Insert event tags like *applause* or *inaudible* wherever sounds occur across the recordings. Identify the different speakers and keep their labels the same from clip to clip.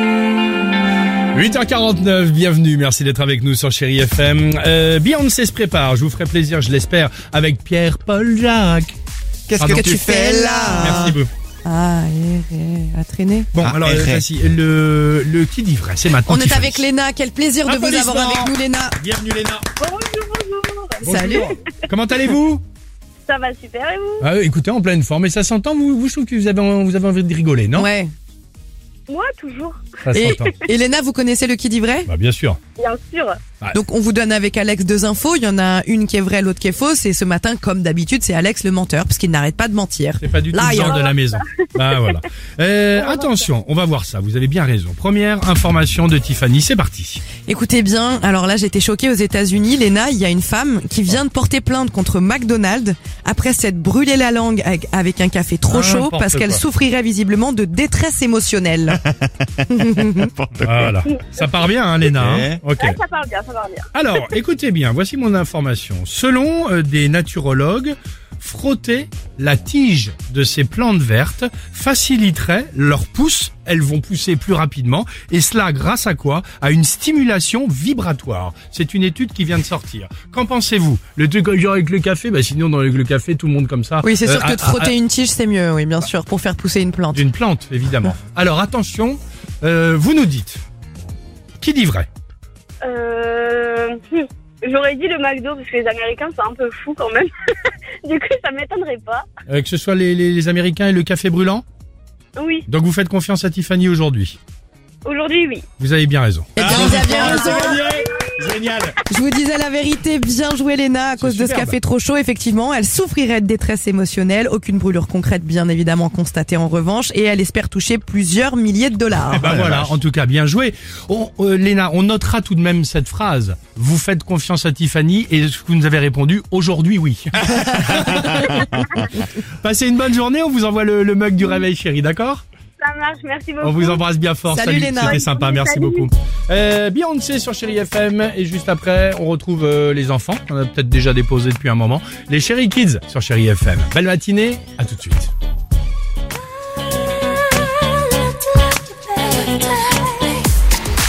Speaker 1: Mmh. 8h49, bienvenue, merci d'être avec nous sur Chéri FM. Euh, Beyoncé se prépare, je vous ferai plaisir, je l'espère, avec Pierre Paul Jacques.
Speaker 2: Qu'est-ce
Speaker 1: Pardon.
Speaker 2: que tu fais là
Speaker 1: Merci beaucoup.
Speaker 3: Ah, et- et à traîner.
Speaker 1: Bon,
Speaker 2: Ah,
Speaker 1: alors
Speaker 2: eh,
Speaker 1: euh,
Speaker 2: eh.
Speaker 1: voici le, le qui dit vrai, c'est maintenant.
Speaker 3: On est
Speaker 1: Tiffany.
Speaker 3: avec Léna, quel plaisir de vous avoir
Speaker 1: Applaudissements.
Speaker 3: avec nous Léna.
Speaker 1: Bienvenue Léna. Bonjour.
Speaker 3: Salut.
Speaker 1: Comment allez-vous
Speaker 4: Ça va super et vous
Speaker 1: ah, Écoutez, en pleine forme, et ça s'entend, vous, vous, je trouve que vous avez, vous avez envie de rigoler, non
Speaker 3: Ouais.
Speaker 4: Moi toujours,
Speaker 1: Ça
Speaker 3: Et,
Speaker 1: s'entend.
Speaker 3: et Léna, vous connaissez le qui dit vrai
Speaker 1: Bah, bien sûr.
Speaker 4: bien sûr.
Speaker 3: Donc on vous donne avec Alex deux infos, il y en a une qui est vraie, l'autre qui est fausse et ce matin comme d'habitude, c'est Alex le menteur parce qu'il n'arrête pas de mentir.
Speaker 1: C'est pas du tout le
Speaker 3: Lion.
Speaker 1: genre de la maison. Bah voilà.
Speaker 3: *laughs*
Speaker 1: Euh, attention, on va voir ça. Vous avez bien raison. Première information de Tiffany, c'est parti.
Speaker 3: Écoutez bien, alors là j'étais choquée aux États-Unis, Léna, il y a une femme qui vient de porter plainte contre McDonald's après s'être brûlé la langue avec, avec un café trop chaud
Speaker 1: Ah, N'importe
Speaker 3: parce qu'elle
Speaker 1: quoi.
Speaker 3: souffrirait visiblement de détresse
Speaker 1: *laughs*
Speaker 3: émotionnelle.
Speaker 1: Voilà. Ça part bien, hein, Léna. hein ok.
Speaker 4: Ah, ça parle bien, ça parle bien.
Speaker 1: Alors, écoutez bien. Voici mon information. Selon euh, des naturologues, frotter la tige de ces plantes vertes faciliterait leur pouce. Elles vont pousser plus rapidement. Et cela grâce à quoi À une stimulation vibratoire. C'est une étude qui vient de sortir. Qu'en pensez-vous Le truc euh, genre avec le café, bah sinon dans le le café, tout le monde comme ça.
Speaker 3: Oui, c'est
Speaker 1: euh,
Speaker 3: sûr que
Speaker 1: à-
Speaker 3: de
Speaker 1: à- à-
Speaker 3: frotter une tige c'est mieux, oui bien sûr, pour faire pousser une plante.
Speaker 1: D'une plante, évidemment. Alors attention, euh, vous nous dites. Qui dit vrai
Speaker 4: Euh, hmm, J'aurais dit le McDo parce que les Américains sont un peu fous quand même. *laughs* du coup, ça m'étonnerait pas.
Speaker 1: Euh, Que ce soit les, les- les Américains et le café brûlant
Speaker 4: Oui,
Speaker 1: Donc vous faites confiance à Tiffany aujourd'hui.
Speaker 4: aujourd'hui oui.
Speaker 1: Vous avez bien raison.
Speaker 3: Eh bien, vous aviez raison.
Speaker 1: Génial
Speaker 3: Je vous disais la vérité, bien joué Léna à cause de ce
Speaker 1: superbe.
Speaker 3: café trop chaud. Effectivement, elle souffrirait de détresse émotionnelle, aucune brûlure concrète bien évidemment constatée en revanche, et elle espère toucher plusieurs milliers de dollars.
Speaker 1: Bah voilà, en tout cas, bien joué. On, euh, Léna, on notera tout de même cette phrase. Vous faites confiance à Tiffany et ce que vous nous avez répondu, aujourd'hui oui. Passez une bonne journée, on vous envoie le, le mug du réveil chéri, d'accord
Speaker 4: Ça marche, merci beaucoup.
Speaker 1: On vous embrasse bien fort.
Speaker 3: Salut, Léna.
Speaker 1: C'était sympa, merci
Speaker 4: Salut.
Speaker 1: beaucoup. Euh, Beyoncé sur Chéri FM et juste après, on retrouve euh, les enfants. On a peut-être déjà déposé depuis un moment. Les Chéri Kids sur Chéri FM. Belle matinée, à tout de suite.
Speaker 5: Baby.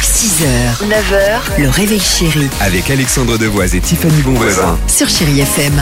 Speaker 6: 6h, 9h, le réveil chéri
Speaker 7: Avec Alexandre Devoise et Tiffany Bonvoisin.
Speaker 6: sur Chéri FM.